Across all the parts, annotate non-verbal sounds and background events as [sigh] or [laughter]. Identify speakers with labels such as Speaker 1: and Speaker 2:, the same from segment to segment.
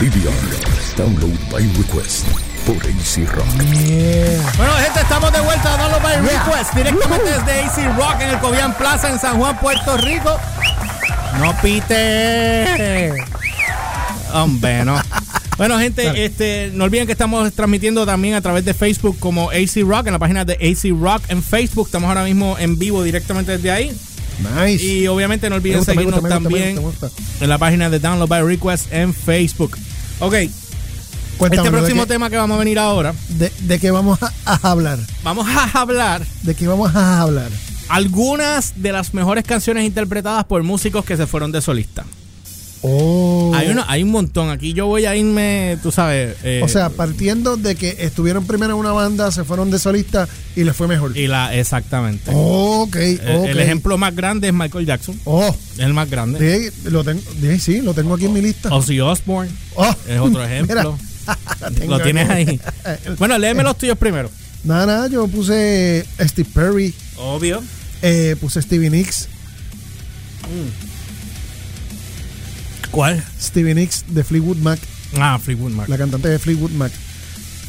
Speaker 1: DVR. Download by request. Por AC Rock.
Speaker 2: Bueno, gente, estamos de vuelta a Download by Request directamente desde AC Rock en el Cobian Plaza en San Juan, Puerto Rico. No pite. Hombre, no. Bueno, gente, este, no olviden que estamos transmitiendo también a través de Facebook como AC Rock, en la página de AC Rock en Facebook. Estamos ahora mismo en vivo directamente desde ahí.
Speaker 3: Nice.
Speaker 2: Y obviamente no olviden
Speaker 3: Me gusta, me
Speaker 2: seguirnos
Speaker 3: gusta, me gusta, me
Speaker 2: también Este
Speaker 3: gusta, me gusta.
Speaker 2: en la página de Download by Request en Facebook. Ok,
Speaker 3: Cuéntame,
Speaker 2: este próximo
Speaker 3: ¿de qué,
Speaker 2: tema que vamos a venir ahora,
Speaker 3: de, de qué vamos a, a hablar?
Speaker 2: vamos a hablar
Speaker 3: ¿De qué vamos a hablar?
Speaker 2: algunas de las mejores canciones interpretadas por músicos que se fueron de solista.
Speaker 3: Oh.
Speaker 2: Hay, uno, hay un montón. Aquí yo voy a irme, tú sabes. eh,
Speaker 3: o sea, partiendo de que estuvieron primero en una banda, se fueron de solista y les fue mejor.
Speaker 2: y la, exactamente.
Speaker 3: ok, ok.
Speaker 2: El- El ejemplo más grande es Michael Jackson.
Speaker 3: Oh,
Speaker 2: Es el más grande.
Speaker 3: de- lo tengo, de- sí, lo tengo aquí en mi lista.
Speaker 2: Ozzy Osbourne.
Speaker 3: Oh,
Speaker 2: Es
Speaker 3: [laughs]
Speaker 2: otro ejemplo.
Speaker 3: mira.
Speaker 2: Lo tienes ahí. Bueno, léeme los tuyos primero.
Speaker 3: Nada, nada, yo puse Steve Perry,
Speaker 2: Obvio.
Speaker 3: eh, puse Stevie Nicks,
Speaker 2: ¿Cuál?
Speaker 3: Stevie Nicks de Fleetwood Mac,
Speaker 2: Ah, Fleetwood Mac.
Speaker 3: la cantante de Fleetwood Mac,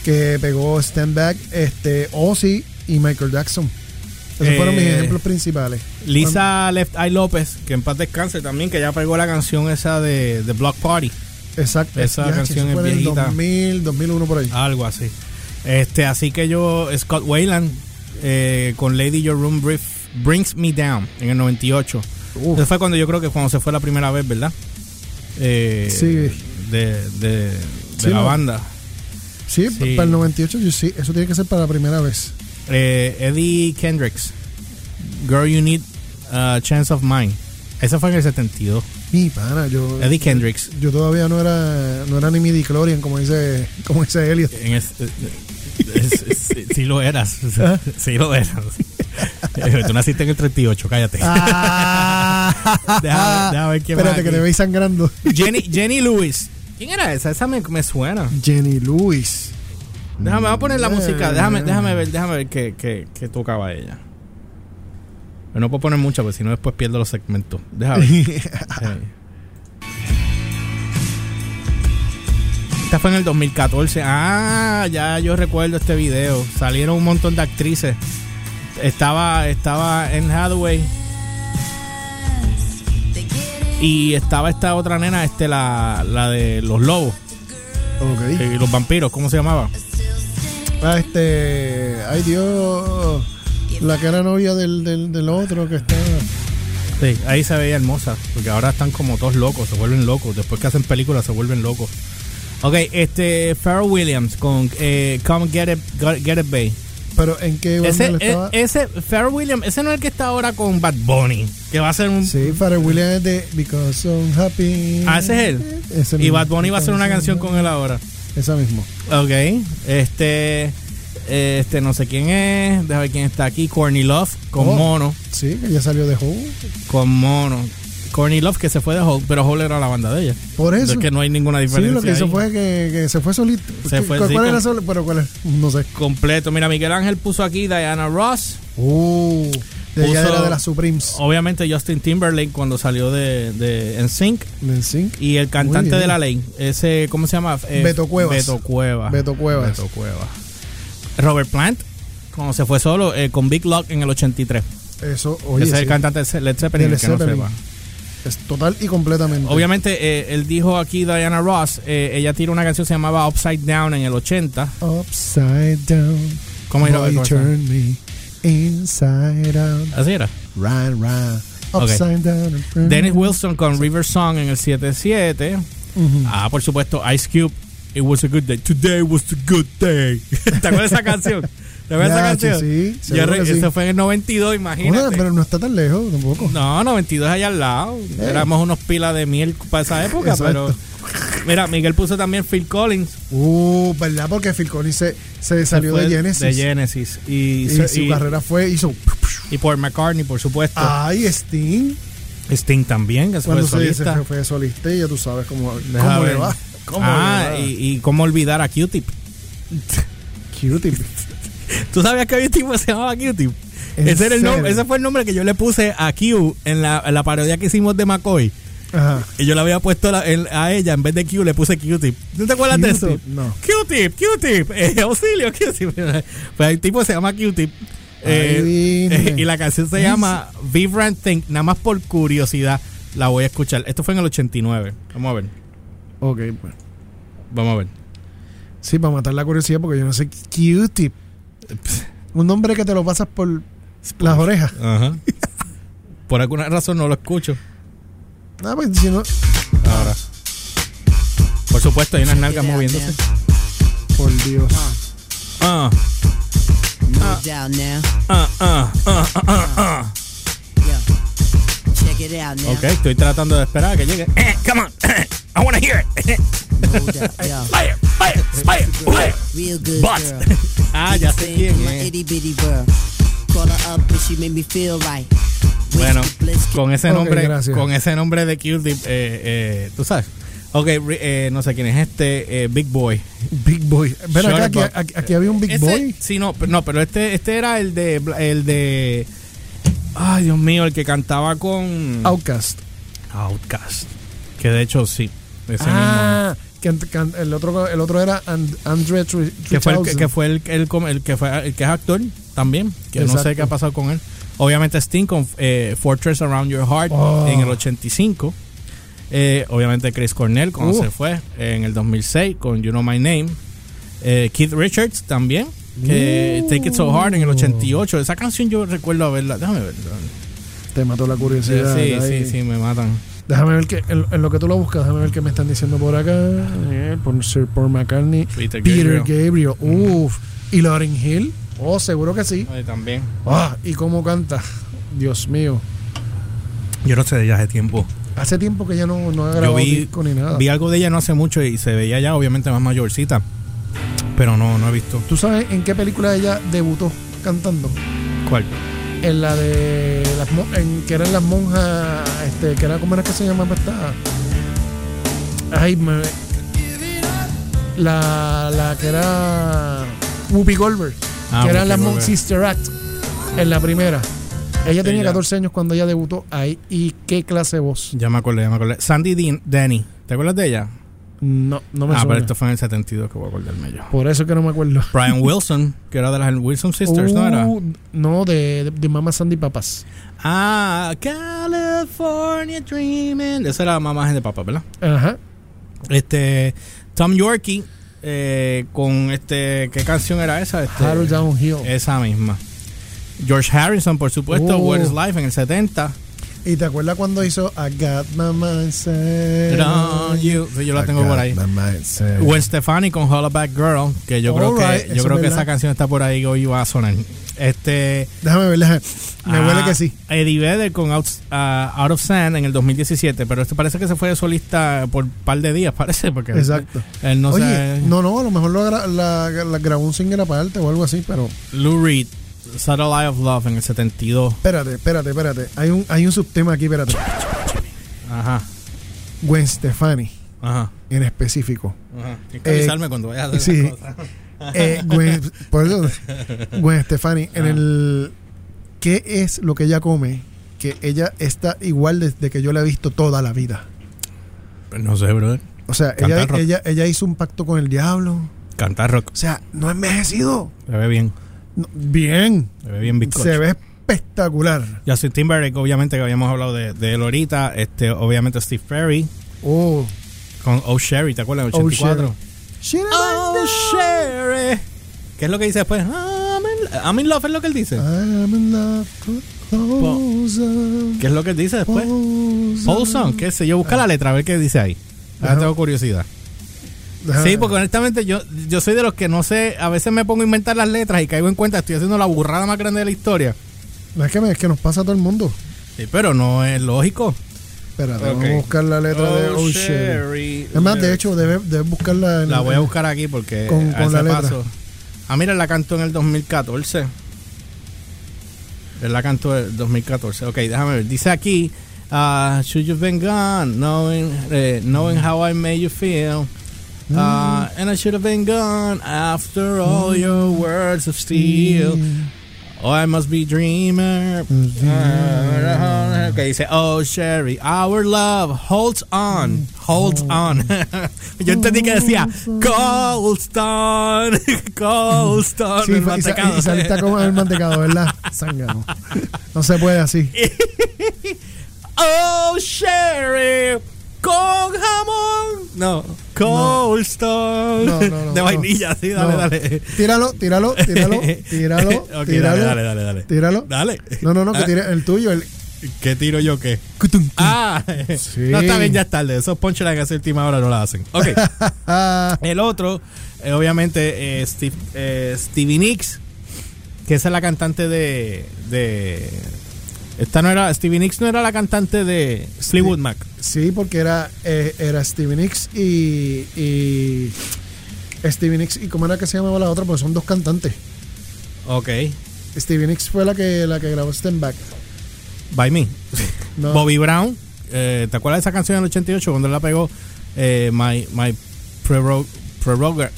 Speaker 3: que pegó Stand Back, este, Ozzy y Michael Jackson. Esos
Speaker 2: Eh,
Speaker 3: fueron mis ejemplos principales.
Speaker 2: Lisa Left Eye López, que en paz descanse también, que ya pegó la canción esa de, de Block Party.
Speaker 3: Exacto.
Speaker 2: esa
Speaker 3: Ya,
Speaker 2: canción
Speaker 3: eso
Speaker 2: es
Speaker 3: fue en el
Speaker 2: viejita. Ah,
Speaker 3: 2000, 2001 por ahí.
Speaker 2: Algo así. Este, así que yo, Scott Wayland, eh, con Lady Your Room Brief- Brings Me Down en el 98.
Speaker 3: Uf.
Speaker 2: Ese fue cuando yo creo que cuando se fue la primera vez, ¿verdad? Eh,
Speaker 3: Sí.
Speaker 2: De, de- de
Speaker 3: Sí,
Speaker 2: la
Speaker 3: no.
Speaker 2: banda.
Speaker 3: Sí,
Speaker 2: Sí.
Speaker 3: pa- para el 98, yo sí, eso tiene que ser para la primera vez.
Speaker 2: Eh, Eddie Kendricks, Girl You Need a Chance of Mine. Esa fue en el 72.
Speaker 3: Mi pana, yo,
Speaker 2: Eddie Kendricks.
Speaker 3: yo todavía no era, no era ni midi clorian como dice, como dice
Speaker 2: [laughs]
Speaker 3: Elliot.
Speaker 2: En es- eh, es- es- sí, sí lo eras.
Speaker 3: ¿Ah?
Speaker 2: Sí lo
Speaker 3: [laughs]
Speaker 2: eras. Eh, Tú naciste en el 38, cállate.
Speaker 3: Ah,
Speaker 2: Déjame- déjame ver quién más
Speaker 3: Espérate que
Speaker 2: Ah, aquí.
Speaker 3: te veis sangrando.
Speaker 2: Jenny, Jenny Lewis. ¿Quién era esa? Esa me, me suena. [laughs]
Speaker 3: Jenny Lewis.
Speaker 2: Déjame, voy a poner la
Speaker 3: Mm.
Speaker 2: música. Déjame, déjame ver, déjame ver qué, qué- qué tocaba ella. Pero no puedo poner mucha, porque si no después pierdo los segmentos. Déjame. ver. Sí. Esta fue en el 2014. Ah, ya yo recuerdo este video. Salieron un montón de actrices. Estaba, estaba en Hathaway. Y estaba esta otra nena, este, la, la de los lobos.
Speaker 3: Ok.
Speaker 2: eh, los vampiros, ¿cómo se llamaba?
Speaker 3: Ah, este. Ay, Dios. La que era novia del, del, del otro que está.
Speaker 2: Sí, ahí se veía hermosa, porque ahora están como todos locos, se vuelven locos. Después que hacen películas, se vuelven locos. Ok, este, Pharrell Williams con eh, Come Get It, Get- Get It Bay.
Speaker 3: Pero en qué banda
Speaker 2: Ese,
Speaker 3: él
Speaker 2: e-
Speaker 3: estaba.
Speaker 2: ese, Pharrell Williams, ese no es el que está ahora con Bad Bunny, que va a ser un.
Speaker 3: sí, para Williams es de Because I'm Happy.
Speaker 2: Ah, ese es él.
Speaker 3: Ese
Speaker 2: y
Speaker 3: mismo.
Speaker 2: Bad Bunny va a hacer una canción con él ahora.
Speaker 3: Esa mismo.
Speaker 2: Ok, este, este, no sé quién es, déjame ver quién está aquí. Corny Love con
Speaker 3: Oh.
Speaker 2: Mono,
Speaker 3: Sí, que ya salió de Who.
Speaker 2: con Mono. Corny Love que se fue de Hole, pero Hole era la banda de ella.
Speaker 3: Por eso.
Speaker 2: Es que no hay ninguna
Speaker 3: sí,
Speaker 2: diferencia.
Speaker 3: lo que hizo
Speaker 2: ahí.
Speaker 3: fue que, que se fue solito.
Speaker 2: Se fue,
Speaker 3: ¿Cuál,
Speaker 2: sí,
Speaker 3: cuál era
Speaker 2: con-
Speaker 3: solo? Pero cuál es? No sé.
Speaker 2: completo. Mira, Miguel Ángel puso aquí Diana Ross.
Speaker 3: Uh, de ella
Speaker 2: Puso- Oh.
Speaker 3: era de las Supremes.
Speaker 2: Obviamente Justin Timberlake cuando salió de, de NSYNC.
Speaker 3: de NSYNC.
Speaker 2: Y el cantante
Speaker 3: bien.
Speaker 2: de la ley, ese, ¿cómo se llama? Eh,
Speaker 3: Beto Cuevas.
Speaker 2: Beto Cuevas.
Speaker 3: Beto Cuevas.
Speaker 2: Beto Cuevas. Robert Plant, cuando se fue solo, eh, con Big Lock en el 83.
Speaker 3: Eso, oye.
Speaker 2: ese es el
Speaker 3: sí,
Speaker 2: cantante de Led Zeppelin,
Speaker 3: de
Speaker 2: el que no
Speaker 3: Zeppelin.
Speaker 2: sepa.
Speaker 3: Es total y completamente.
Speaker 2: Obviamente, eh, él dijo aquí Diana Ross, eh, ella tiró una canción que se llamaba Upside Down en el 80.
Speaker 3: Upside down.
Speaker 2: ¿Cómo era la
Speaker 3: Boy,
Speaker 2: cosa?
Speaker 3: turn me inside out.
Speaker 2: Así era.
Speaker 3: Right, right.
Speaker 2: Ok.
Speaker 3: Upside down. and turn.
Speaker 2: Dennis Wilson con River Song en el 77.
Speaker 3: Ujú.
Speaker 2: Ah, por supuesto, Ice Cube. It was a good day. Today was a good day. [laughs] ¿Te acuerdas de esa canción? ¿Te acuerdas de esa
Speaker 3: Ya,
Speaker 2: canción?
Speaker 3: sí,
Speaker 2: Yo
Speaker 3: seguro
Speaker 2: re-
Speaker 3: que sí.
Speaker 2: Eso fue en el 92,
Speaker 3: Bueno,
Speaker 2: imagínate.
Speaker 3: pero no está tan lejos tampoco.
Speaker 2: No, 92 allá al lado. Éramos unos pilas de miel para esa época,
Speaker 3: Exacto.
Speaker 2: pero. Mira, Miguel puso también Phil Collins.
Speaker 3: Uh, ¿verdad? Porque Phil Collins se, se
Speaker 2: que
Speaker 3: salió
Speaker 2: fue
Speaker 3: de Genesis.
Speaker 2: De Genesis. Y,
Speaker 3: y,
Speaker 2: y, Ah.
Speaker 3: su carrera fue, hizo.
Speaker 2: y por McCartney, por supuesto.
Speaker 3: Ay, Sting.
Speaker 2: Sting también, que se fue
Speaker 3: Cuando se dice
Speaker 2: solista.
Speaker 3: que fue solista, y ya tú sabes cómo,
Speaker 2: Deja
Speaker 3: cómo le
Speaker 2: ver.
Speaker 3: va. ¿Cómo
Speaker 2: ah,
Speaker 3: le va?
Speaker 2: Y, y cómo olvidar a Q-Tip.
Speaker 3: Q-Tip.
Speaker 2: ¿Tú sabías que había un tipo que se llamaba Q-Tip? [laughs]
Speaker 3: ¿En
Speaker 2: Ese, era el nom-
Speaker 3: serio?
Speaker 2: ese fue el nombre que yo le puse a Q en la, en la parodia que hicimos de McCoy.
Speaker 3: Ajá.
Speaker 2: Y yo le había puesto la- el- a ella, en vez de Q, le puse Q-tip. ¿No te acuerdas de eso?
Speaker 3: Q-tip, no.
Speaker 2: Q-tip, Q-tip. [laughs] eh, auxilio, Q-tip. [laughs] Pues el tipo se llama Q-tip. eh,
Speaker 3: Ay,
Speaker 2: eh, [laughs] y la canción se llama Vibrant Think. Nada más por curiosidad la voy a escuchar. Esto fue en el 89. Vamos a ver.
Speaker 3: Ok, pues.
Speaker 2: Vamos a ver.
Speaker 3: Sí, para matar la curiosidad, porque yo no sé. Q-tip. Un nombre que te lo pasas por las orejas.
Speaker 2: Ajá. Por alguna razón no lo escucho.
Speaker 3: Ah, pues si no.
Speaker 2: Ahora. Por supuesto, hay unas nalgas moviéndose.
Speaker 3: Por Dios.
Speaker 2: Ah,
Speaker 4: No
Speaker 2: Uh.
Speaker 4: doubt now.
Speaker 2: ah, ah, ah, ah, ah, ah.
Speaker 4: Yo. Check it out now.
Speaker 2: Ok, estoy tratando de esperar a que llegue. [laughs] Eh, come on. [coughs] I wanna hear it. [laughs]
Speaker 4: No doubt, yo.
Speaker 2: Fire, fire, fire, fire.
Speaker 4: Real good
Speaker 2: But- [laughs]
Speaker 4: girl.
Speaker 2: Ah, ya sé quién
Speaker 4: My
Speaker 2: es.
Speaker 4: itty bitty world. Call her up and she made me feel right.
Speaker 2: Bueno,
Speaker 4: Bliss,
Speaker 2: con ese
Speaker 3: Ok,
Speaker 2: nombre,
Speaker 3: gracias.
Speaker 2: con ese nombre de Q Dip, eh, eh, tú sabes. Ok, re- eh, no sé quién es este, eh, Big Boy.
Speaker 3: Big Boy. Ven
Speaker 2: Shut
Speaker 3: acá,
Speaker 2: up.
Speaker 3: aquí, aquí- aquí había un Big
Speaker 2: Ese-
Speaker 3: Boy.
Speaker 2: Sí, no, pero- no, pero este, este era el de, Bla- el de, ay Dios mío, el que cantaba con
Speaker 3: Outcast.
Speaker 2: Outcast. Que de hecho sí, ese mismo.
Speaker 3: ah, que ant- que ant- el, otro, el otro era And- Andre Three-
Speaker 2: que fue el que,
Speaker 3: 3000.
Speaker 2: que fue el, el com- el que fue el que es actor también que no sé
Speaker 3: Exacto.
Speaker 2: qué ha pasado con él obviamente Sting con eh, Fortress Around Your Heart
Speaker 3: Oh.
Speaker 2: en el 85 Eh, obviamente Chris Cornell cuando
Speaker 3: Uh.
Speaker 2: se fue eh, en el 2006 con You Know My Name Eh, Keith Richards también
Speaker 3: Uh.
Speaker 2: que Take It So Hard en el 88 esa canción yo recuerdo haberla déjame ver
Speaker 3: Te mató la
Speaker 2: sí
Speaker 3: curiosidad.
Speaker 2: sí,
Speaker 3: ahí.
Speaker 2: sí, me matan
Speaker 3: Déjame ver que, en, en lo que tú lo buscas, déjame ver qué me están diciendo por acá. Eh, por Sir Paul McCartney.
Speaker 2: Peter
Speaker 3: Peter
Speaker 2: Gabriel.
Speaker 3: Gabriel.
Speaker 2: Mm.
Speaker 3: Uf. Y Lauren Hill. Oh, seguro que sí.
Speaker 2: Ay, también
Speaker 3: Ah, y cómo canta. Dios mío.
Speaker 2: yo no sé de ella hace tiempo
Speaker 3: Hace tiempo que ya no, no ha grabado
Speaker 2: vi-
Speaker 3: disco ni nada.
Speaker 2: vi algo de ella no hace mucho y se veía ya obviamente más mayorcita pero no no he visto
Speaker 3: ¿Tú sabes en qué película ella debutó cantando?
Speaker 2: ¿Cuál?
Speaker 3: En la de las mon- en que eran las monjas, este, que era cómo era que se llamaba esta. Ay, me- la, la que era Whoopi Goldberg,
Speaker 2: Ah,
Speaker 3: que eran
Speaker 2: Whoopi
Speaker 3: las Mon
Speaker 2: Goldberg.
Speaker 3: Sister Act en la primera. Ella tenía
Speaker 2: Ella-
Speaker 3: 14 años cuando ella debutó ahí y qué clase de voz.
Speaker 2: Ya me acordé, ya me acordé. Sandy Dean, Danny. ¿Te acuerdas de ella?
Speaker 3: No, no me
Speaker 2: ah,
Speaker 3: suena.
Speaker 2: pero esto fue en el 72 que voy a acordarme yo.
Speaker 3: Por eso que no me acuerdo. [laughs]
Speaker 2: Brian Wilson, que era de las Wilson Sisters, ¿no era?
Speaker 3: Uh, no, de, de, de Mama Sandy Papas.
Speaker 2: Ah, California Dreaming. Esa era mamá de papá, ¿verdad?
Speaker 3: Ajá.
Speaker 2: Este, Tom Yorkie, eh, con este, ¿qué canción era esa? Este,
Speaker 3: Harold Downhill.
Speaker 2: esa misma. George Harrison, por supuesto,
Speaker 3: Uh.
Speaker 2: What is Life en el 70.
Speaker 3: ¿Y te acuerdas cuando hizo I got my mind set
Speaker 2: Don't
Speaker 3: on you?
Speaker 2: you- sí, yo la
Speaker 3: I
Speaker 2: tengo
Speaker 3: got
Speaker 2: por ahí.
Speaker 3: my mind set.
Speaker 2: Gwen Stefani con Hollaback Girl, que yo creo
Speaker 3: Alright,
Speaker 2: que
Speaker 3: eso
Speaker 2: yo
Speaker 3: es
Speaker 2: creo que
Speaker 3: verdad.
Speaker 2: esa canción está por ahí que hoy va a sonar. Este
Speaker 3: Déjame ver, déjame. Me
Speaker 2: ah,
Speaker 3: huele que sí.
Speaker 2: Eddie Vedder con Out, ah, Out of Sand en el 2017, pero esto parece que se fue de solista por un par de días, [laughs] parece, porque
Speaker 3: Exacto.
Speaker 2: él no
Speaker 3: Oye,
Speaker 2: sabe-
Speaker 3: no, no, a lo mejor lo gra- la, la grabó un single aparte o algo así, pero
Speaker 2: Lou Reed, Subtle Eye of Love en el 72.
Speaker 3: espérate, espérate, espérate. Hay un, hay un subtema aquí, espérate.
Speaker 2: Ajá.
Speaker 3: Gwen Stefani,
Speaker 2: Ajá.
Speaker 3: en específico.
Speaker 2: ajá. Tienes que
Speaker 3: Eh,
Speaker 2: avisarme cuando vayas a hacer
Speaker 3: sí.
Speaker 2: las cosas.
Speaker 3: Eh, Gwen, por eso, Gwen Stefani, en el. ¿Qué es lo que ella come? Que ella está igual desde que yo la he visto toda la vida.
Speaker 2: No sé, brother.
Speaker 3: O sea, ella,
Speaker 2: Cantar rock.
Speaker 3: ella, ella hizo un pacto con el diablo.
Speaker 2: Cantar rock.
Speaker 3: O sea, no ha envejecido.
Speaker 2: Se ve bien.
Speaker 3: No, bien.
Speaker 2: Se ve bien bizcocho.
Speaker 3: Se ve espectacular.
Speaker 2: Justin Timberlake, obviamente, que habíamos hablado de, de él ahorita. Este, obviamente, Steve Perry
Speaker 3: Oh.
Speaker 2: con Oh Sherry, ¿te acuerdas?
Speaker 3: Oh,
Speaker 2: 84.
Speaker 3: Shit, I
Speaker 2: Oh Sherry. ¿Qué es lo que dice después? I'm in, I'm in love, es lo que él dice.
Speaker 3: I'm in love with Rosa,
Speaker 2: ¿Qué es lo que él dice después?
Speaker 3: Rosa.
Speaker 2: Soul Song, qué sé yo. Busca la letra, a ver qué dice ahí. Ahora
Speaker 3: Ajá.
Speaker 2: tengo curiosidad.
Speaker 3: Déjame
Speaker 2: Sí,
Speaker 3: ver.
Speaker 2: porque honestamente yo, yo soy de los que no sé, a veces me pongo a inventar las letras y caigo en cuenta, estoy haciendo la burrada más grande de la historia.
Speaker 3: No, Es que, me- es que nos pasa a todo el mundo.
Speaker 2: Sí, pero no es lógico.
Speaker 3: Espérate,
Speaker 2: Ok.
Speaker 3: vamos a buscar la letra de
Speaker 2: Oh,
Speaker 3: Oh
Speaker 2: Sherry.
Speaker 3: Sherry. Es más, de hecho, debes debe buscarla en
Speaker 2: La voy a buscar aquí porque
Speaker 3: Con-
Speaker 2: a
Speaker 3: con
Speaker 2: ese
Speaker 3: la letra.
Speaker 2: paso. Ah, mira, la cantó en el 2014. Él la cantó en el 2014. Ok, déjame ver. Dice aquí, ah, Should You've Been Gone, knowing, eh, knowing how I made you feel. Ah,
Speaker 3: Mm.
Speaker 2: and I should have been gone after all your words of steel. Oh, I must be dreamer.
Speaker 3: Mm-hmm.
Speaker 2: Que dice, oh, Sherry, our love holds on, holds
Speaker 3: Mm.
Speaker 2: on. [laughs] Yo entendí que decía, cold [laughs] stone, cold stone,
Speaker 3: Sí,
Speaker 2: el
Speaker 3: fa- y, sa-
Speaker 2: mantecado.
Speaker 3: y saliste a comer el
Speaker 2: [laughs]
Speaker 3: mantecado, ¿verdad? Zángano. No se puede así.
Speaker 2: Oh, Sherry, con jamón. No, cold stone.
Speaker 3: No, no, no,
Speaker 2: de
Speaker 3: no.
Speaker 2: vainilla, sí, dale,
Speaker 3: No.
Speaker 2: dale.
Speaker 3: Tíralo, tíralo, tíralo, tíralo,
Speaker 2: [laughs] Ok, Dale,
Speaker 3: tíralo.
Speaker 2: dale, dale, dale.
Speaker 3: Tíralo.
Speaker 2: Dale.
Speaker 3: No, no, no, que
Speaker 2: Ah.
Speaker 3: tire el tuyo. El,
Speaker 2: ¿Qué tiro yo qué? Ah,
Speaker 3: Sí.
Speaker 2: no está bien, ya es tarde. Esos punchlines que hace última hora no la hacen.
Speaker 3: [laughs]
Speaker 2: Ok,
Speaker 3: ah,
Speaker 2: el otro, eh, obviamente, eh, Steve- eh, Stevie Nicks, que esa es la cantante de, de. Esta no era. Stevie Nicks no era la cantante de Fleetwood Mac.
Speaker 3: sí, porque era, eh, era Steven Nicks y, y. Steven Nicks. ¿Y cómo era que se llamaba la otra? Porque son dos cantantes.
Speaker 2: Ok,
Speaker 3: Steven Nicks fue la que, la que grabó Stand Back.
Speaker 2: by me.
Speaker 3: No.
Speaker 2: Bobby Brown, eh, ¿te acuerdas de esa canción del 88 cuando él la pegó? Eh, my my prerog- prerroga-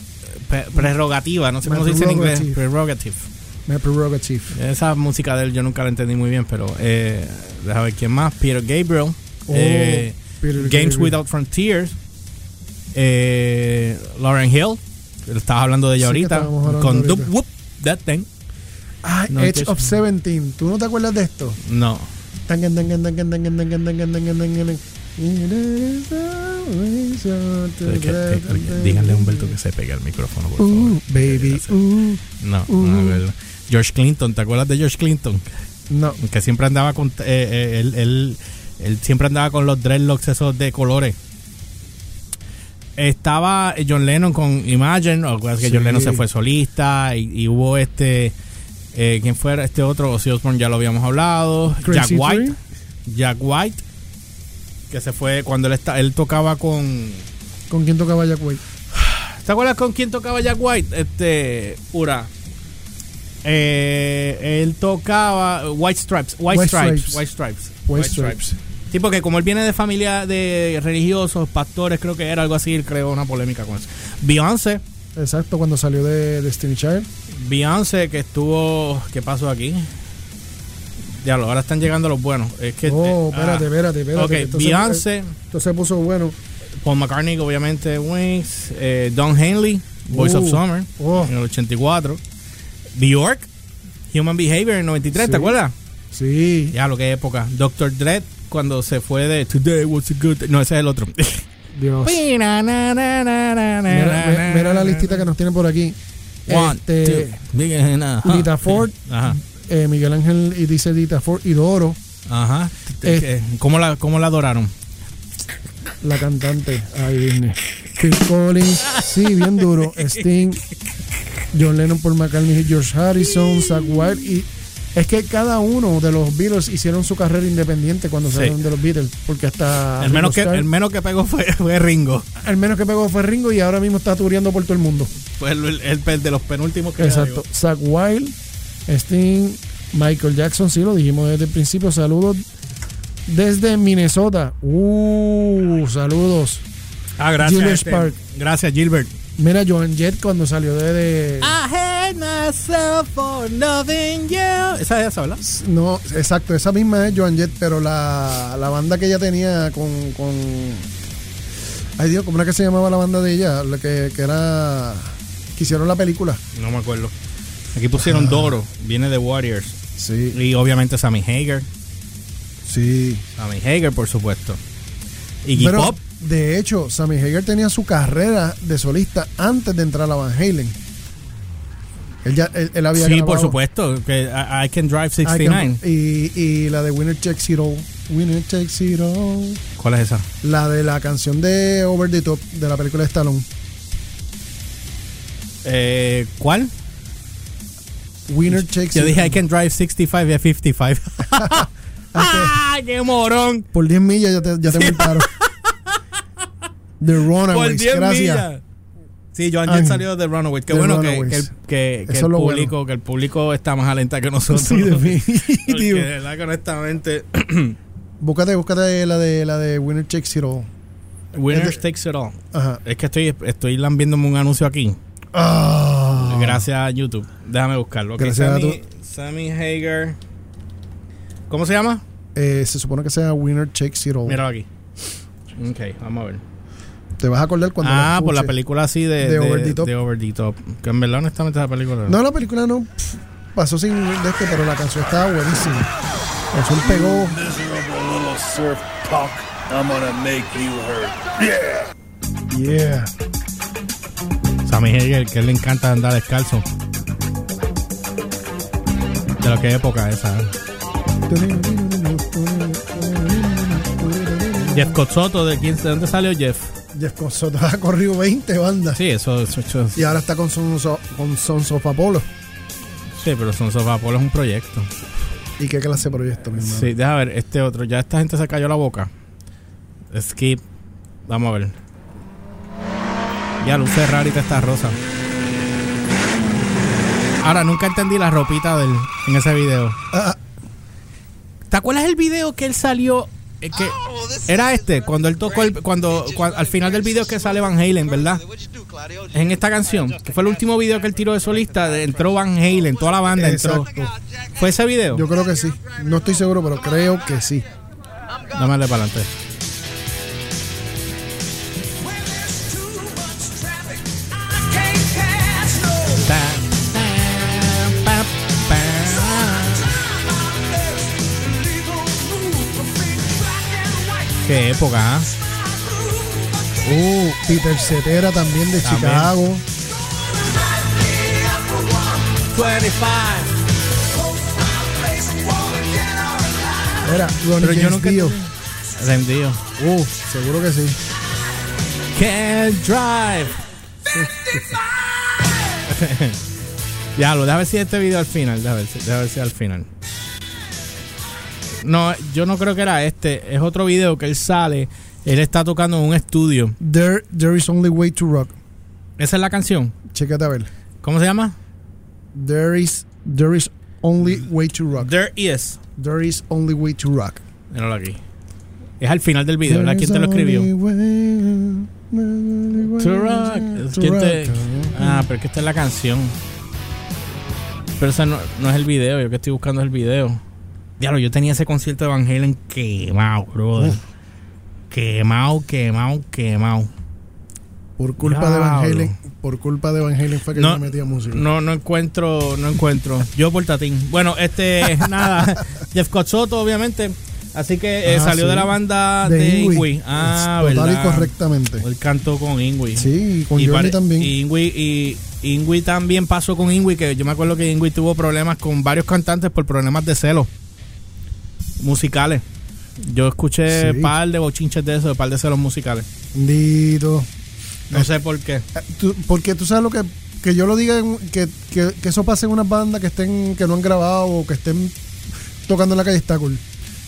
Speaker 2: pe- prerrogativa, no sé
Speaker 3: My
Speaker 2: cómo se dice en inglés.
Speaker 3: prerogative.
Speaker 2: Prerogative.
Speaker 3: My prerogative.
Speaker 2: Esa música de él yo nunca la entendí muy bien, pero eh, déjame ver quién más. Peter Gabriel.
Speaker 3: Oh,
Speaker 2: eh,
Speaker 3: Peter
Speaker 2: Games
Speaker 3: Gabriel.
Speaker 2: Without Frontiers. eh, Lauren Hill. Estabas hablando de ella
Speaker 3: Sí, que
Speaker 2: ahorita.
Speaker 3: estábamos hablando
Speaker 2: Con
Speaker 3: ahorita.
Speaker 2: Doop Whoop, That Thing.
Speaker 3: Ah,
Speaker 2: No,
Speaker 3: Edge
Speaker 2: que-
Speaker 3: of 17. ¿Tú no te acuerdas de esto?
Speaker 2: No.
Speaker 3: Tangan, tangan, tangan, tangan, tangan, tangan, tangan, tangan. It is always on to
Speaker 2: Pero es que-
Speaker 3: that-
Speaker 2: eh, oye, díganle a Humberto que se pegue el micrófono, por favor.
Speaker 3: Uh, baby, uh.
Speaker 2: No, no me acuerdo. George Clinton, ¿te acuerdas de George Clinton?
Speaker 3: No,
Speaker 2: Que siempre andaba con. eh, eh, él, él- él siempre andaba con los dreadlocks esos de colores. Estaba John Lennon con Imagine, o acuerdas que
Speaker 3: Sí.
Speaker 2: John Lennon se fue solista y, y hubo este. eh, ¿Quién fuera este otro? Ozzy Osbourne, ya lo habíamos hablado.
Speaker 3: Crazy
Speaker 2: Jack White.
Speaker 3: Tree.
Speaker 2: Jack White. Que se fue cuando él, esta- él tocaba con.
Speaker 3: ¿con quién tocaba Jack White?
Speaker 2: ¿Te acuerdas con quién tocaba Jack White? Este, Ura. Eh, él tocaba White Stripes, White,
Speaker 3: White
Speaker 2: Stripes,
Speaker 3: Stripes.
Speaker 2: White Stripes,
Speaker 3: White Stripes.
Speaker 2: Sí, porque como él viene de familia de religiosos, pastores, creo que era algo así, él creó una polémica con eso. Beyoncé,
Speaker 3: Exacto, cuando salió de Destiny Child.
Speaker 2: Beyoncé que estuvo, ¿qué pasó aquí? Diablo, ahora están llegando los buenos. Es que
Speaker 3: Oh,
Speaker 2: eh,
Speaker 3: espérate,
Speaker 2: ah,
Speaker 3: espérate, espérate.
Speaker 2: ok,
Speaker 3: que esto se-
Speaker 2: Beyoncé,
Speaker 3: Esto se puso bueno.
Speaker 2: Paul McCartney, obviamente, Wings, eh, Don Henley, Voice of
Speaker 3: Uh,
Speaker 2: Summer.
Speaker 3: Oh,
Speaker 2: en el 84. Bjork, Human Behavior en el 93,
Speaker 3: Sí.
Speaker 2: ¿te acuerdas?
Speaker 3: sí.
Speaker 2: Ya, lo que época. Dr. Dread, cuando se fue de Today was a good day. No, ese es el
Speaker 3: [laughs]
Speaker 2: otro.
Speaker 3: Dios.
Speaker 2: mira,
Speaker 3: Mira, ve- mira la listita que nos tienen por aquí.
Speaker 2: One,
Speaker 3: Este,
Speaker 2: two, big and a- ajá.
Speaker 3: Lita Ford.
Speaker 2: Ajá.
Speaker 3: eh, Miguel Ángel y dice Dita Ford y Doro,
Speaker 2: Ajá.
Speaker 3: Eh.
Speaker 2: Que- ¿Cómo, la, ¿Cómo la adoraron?
Speaker 3: la cantante. Ay, Disney. Phil Collins, sí,
Speaker 2: [laughs]
Speaker 3: bien duro. Sting, John Lennon, Paul McCartney, George Harrison, Zach White y es que cada uno de los Beatles hicieron su carrera independiente cuando
Speaker 2: Sí.
Speaker 3: salieron de los Beatles, porque hasta
Speaker 2: El menos, que,
Speaker 3: Ah, Ringo Starr-
Speaker 2: el menos que pegó fue, [laughs] fue Ringo.
Speaker 3: el menos que pegó fue Ringo y ahora mismo está tureando por todo el mundo.
Speaker 2: Fue el, el- el de los penúltimos que
Speaker 3: Exacto. Zach Wild, Sting, Michael Jackson, sí, lo dijimos desde el principio. Saludos desde Minnesota. Uh, saludos.
Speaker 2: Ah, gracias.
Speaker 3: Gilbert
Speaker 2: este.
Speaker 3: Park.
Speaker 2: Gracias, Gilbert.
Speaker 3: Mira, Joan Jett cuando salió de. de-
Speaker 2: I hate myself for loving you. Esa ya se habla.
Speaker 3: No, exacto, esa misma es Joan Jett, pero la, la banda que ella tenía con, con. Ay Dios, ¿cómo era que se llamaba la banda de ella? La que, que era. Que hicieron la película.
Speaker 2: No me acuerdo. Aquí
Speaker 3: Ah.
Speaker 2: pusieron Doro, viene de Warriors.
Speaker 3: Sí,
Speaker 2: Y obviamente Sammy Hager.
Speaker 3: sí.
Speaker 2: Sammy Hager, por supuesto. Iggy
Speaker 3: Pero,
Speaker 2: Pop.
Speaker 3: de hecho, Sammy Hager tenía su carrera de solista antes de entrar a Van Halen. Él, ya, él, él había
Speaker 2: Sí,
Speaker 3: grabado
Speaker 2: por supuesto. Que I, I Can Drive
Speaker 3: I
Speaker 2: 69.
Speaker 3: Can- y, y la de Winner Takes It All. Winner Takes It All.
Speaker 2: ¿Cuál es esa?
Speaker 3: La de la canción de Over the Top de la película de Stallone.
Speaker 2: Eh, ¿Cuál?
Speaker 3: Winner Takes
Speaker 2: Yo
Speaker 3: It
Speaker 2: dije
Speaker 3: All.
Speaker 2: I Can Drive 65 y a
Speaker 3: [laughs]
Speaker 2: 55. ¡Ah, qué morón!
Speaker 3: Por 10 millas ya te, ya te multaron. The
Speaker 2: Por
Speaker 3: Runaways,
Speaker 2: 10
Speaker 3: gracias.
Speaker 2: millas. Sí, Joan Jett
Speaker 3: Ay.
Speaker 2: salió de Runaway. Qué
Speaker 3: The
Speaker 2: bueno que,
Speaker 3: Runaways.
Speaker 2: que el, que- que
Speaker 3: Eso
Speaker 2: el
Speaker 3: es lo bueno.
Speaker 2: público, que el público está más alenta que nosotros.
Speaker 3: Sí,
Speaker 2: [laughs] Porque
Speaker 3: definitivo.
Speaker 2: de verdad que honestamente,
Speaker 3: Búscate, búscate la de la de Winner Takes It All.
Speaker 2: Winners Takes It All.
Speaker 3: Ajá.
Speaker 2: Es que estoy, estoy lambiéndome un anuncio aquí.
Speaker 3: Ah.
Speaker 2: Gracias a YouTube. Déjame buscarlo. Ok,
Speaker 3: Gracias a
Speaker 2: Sammy,
Speaker 3: tu-
Speaker 2: Sammy Hager. ¿Cómo se llama?
Speaker 3: Eh, se supone que sea Winner Takes It All.
Speaker 2: Míralo aquí. Ok, vamos a ver.
Speaker 3: Te vas a acordar cuando lo
Speaker 2: ah, por la
Speaker 3: escuches.
Speaker 2: película así de,
Speaker 3: De Over the Top.
Speaker 2: de Over the Top. Que en verdad, honestamente, esa película.
Speaker 3: No, la película no pff, pasó sin de este, pero la canción estaba buenísima. La canción pegó.
Speaker 5: miserable little surf punk. I'm gonna make you hurt.
Speaker 3: Yeah.
Speaker 2: Sammy Hager, que a él le encanta andar descalzo. De lo que época esa. ¿eh? Jeff Cotsoto, ¿de, quién, ¿de dónde salió Jeff?
Speaker 3: Jeff Cossoto ha corrido 20 bandas.
Speaker 2: Sí, eso, eso- eso-
Speaker 3: Y ahora está con Son, con Sons of Apollo.
Speaker 2: Sí, pero Sons of Apollo es un proyecto.
Speaker 3: ¿Y qué clase de proyecto, mi hermano?
Speaker 2: Sí, deja ver, este otro. Ya esta gente se cayó la boca. Skip. Vamos a ver. Ya, Luz Ferrari te está rosa. Ahora, nunca entendí la ropita de él en ese video.
Speaker 3: Ah,
Speaker 2: ¿Te acuerdas el video que él salió? Eh, que era este, cuando él tocó el, cuando, cua- al final del video que sale Van Halen, ¿verdad? Es en esta canción, que fue el último video que él tiró de solista, de- entró Van Halen, toda la banda entró.
Speaker 3: Exacto.
Speaker 2: ¿Fue ese video?
Speaker 3: yo creo que sí. No estoy seguro, pero creo que sí.
Speaker 2: Dame darle para adelante. Pam, pam, pam, pam. Qué época, ¿ah?
Speaker 3: Uh, Peter Cetera también de
Speaker 2: También.
Speaker 3: Chicago.
Speaker 2: 25.
Speaker 3: Era Ronnie
Speaker 2: Pero yo
Speaker 3: James
Speaker 2: nunca
Speaker 3: Dio.
Speaker 2: Rendido.
Speaker 3: Uh, seguro que sí.
Speaker 2: Can't drive. Diablo, déjame ver si este video al final. Déjame ver, si- déjame ver si al final. No, yo no creo que era este. Es otro video que él sale. Él está tocando en un estudio.
Speaker 3: There, there is only way to rock.
Speaker 2: Esa es la canción.
Speaker 3: Chécate a ver.
Speaker 2: ¿Cómo se llama?
Speaker 3: There is, there is only way to rock.
Speaker 2: There is.
Speaker 3: There is only way to rock.
Speaker 2: Míralo aquí. Es al final del video. ¿verdad? ¿Quién te lo escribió? To rock.
Speaker 3: To
Speaker 2: ¿Quién te-
Speaker 3: rock.
Speaker 2: Ah, pero es que esta es la canción. Pero esa no, no es el video. Yo que estoy buscando es el video. Diablo, yo tenía ese concierto de Van Halen quemado, brother. Quemado, quemado, quemado.
Speaker 3: Por culpa de Van
Speaker 2: Diablo.
Speaker 3: Halen, por culpa de Van Halen fue que
Speaker 2: No,
Speaker 3: yo me metía música.
Speaker 2: No, no encuentro, no encuentro. Yo portatín. Bueno, este, [laughs] nada. Jeff Cotsoto, obviamente. Así que eh,
Speaker 3: Ah,
Speaker 2: salió
Speaker 3: sí.
Speaker 2: de la banda de,
Speaker 3: Ingui.
Speaker 2: Ingui. Ah,
Speaker 3: Total
Speaker 2: verdad.
Speaker 3: y correctamente.
Speaker 2: Él cantó con Ingui.
Speaker 3: Sí, y con Johnny
Speaker 2: pare-
Speaker 3: también.
Speaker 2: Y Ingui, y Ingui también pasó con Ingui, que yo me acuerdo que Ingui tuvo problemas con varios cantantes por problemas de celos musicales. Yo escuché
Speaker 3: Sí.
Speaker 2: un par de bochinches de eso, un par de celos musicales.
Speaker 3: Dito.
Speaker 2: No sé por qué.
Speaker 3: Eh, tú- porque tú sabes lo que que yo lo diga en- que, que, que eso pase en unas bandas que estén que no han grabado o que estén tocando en la calle está cool.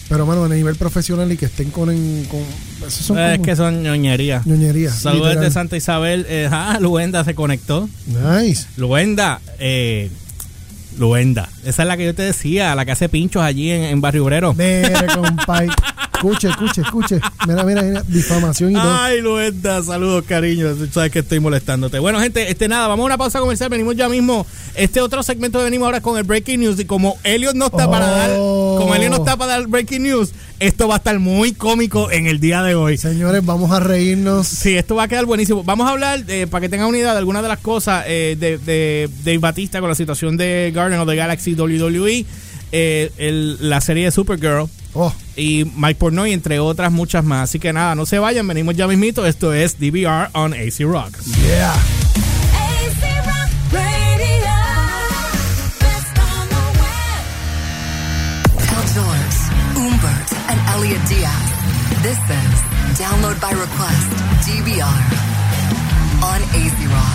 Speaker 3: Pero mano, a nivel profesional y que estén con, en- con esos son
Speaker 2: Eh, Es
Speaker 3: como
Speaker 2: que son ñoñerías.
Speaker 3: ñoñerías,
Speaker 2: Saludos
Speaker 3: literal.
Speaker 2: desde Santa Isabel. Eh, [laughs] ah, Luenda se conectó.
Speaker 3: Nice.
Speaker 2: Luenda, eh, Luenda. Esa es la que yo te decía, la que hace pinchos allí en, en Barrio Obrero.
Speaker 3: Mire, compay. Escuche, escuche, escuche. Mira, mira, mira. Difamación y todo.
Speaker 2: Ay, Luenda, saludos, cariño. Tú sabes que estoy molestándote. Bueno, gente, este nada, vamos a una pausa comercial. Venimos ya mismo. Este otro segmento que venimos ahora es con el Breaking News. Y como Elliot no está para dar,
Speaker 3: Oh.
Speaker 2: como Elliot no está para dar Breaking News, esto va a estar muy cómico en el día de hoy.
Speaker 3: Señores, vamos a reírnos.
Speaker 2: Sí, esto va a quedar buenísimo. Vamos a hablar, eh, para que tengan una idea de algunas de las cosas eh, de, de Dave Batista con la situación de Garden of the Galaxy WWE, eh, el- la serie de Supergirl
Speaker 3: Oh,
Speaker 2: y Mike Pornoy, entre otras muchas más. Así que nada, no se vayan, venimos ya mismito. Esto es DVR on AC Rock.
Speaker 3: yeah.
Speaker 6: AC Rock Radio. Best on the web.
Speaker 7: Al Jors, Umbert, and Elliot Diaz. This is Download by Request, DVR, on AZ Rock.